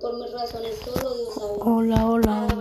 por mis razones, todo Dios sabe. Hola, hola.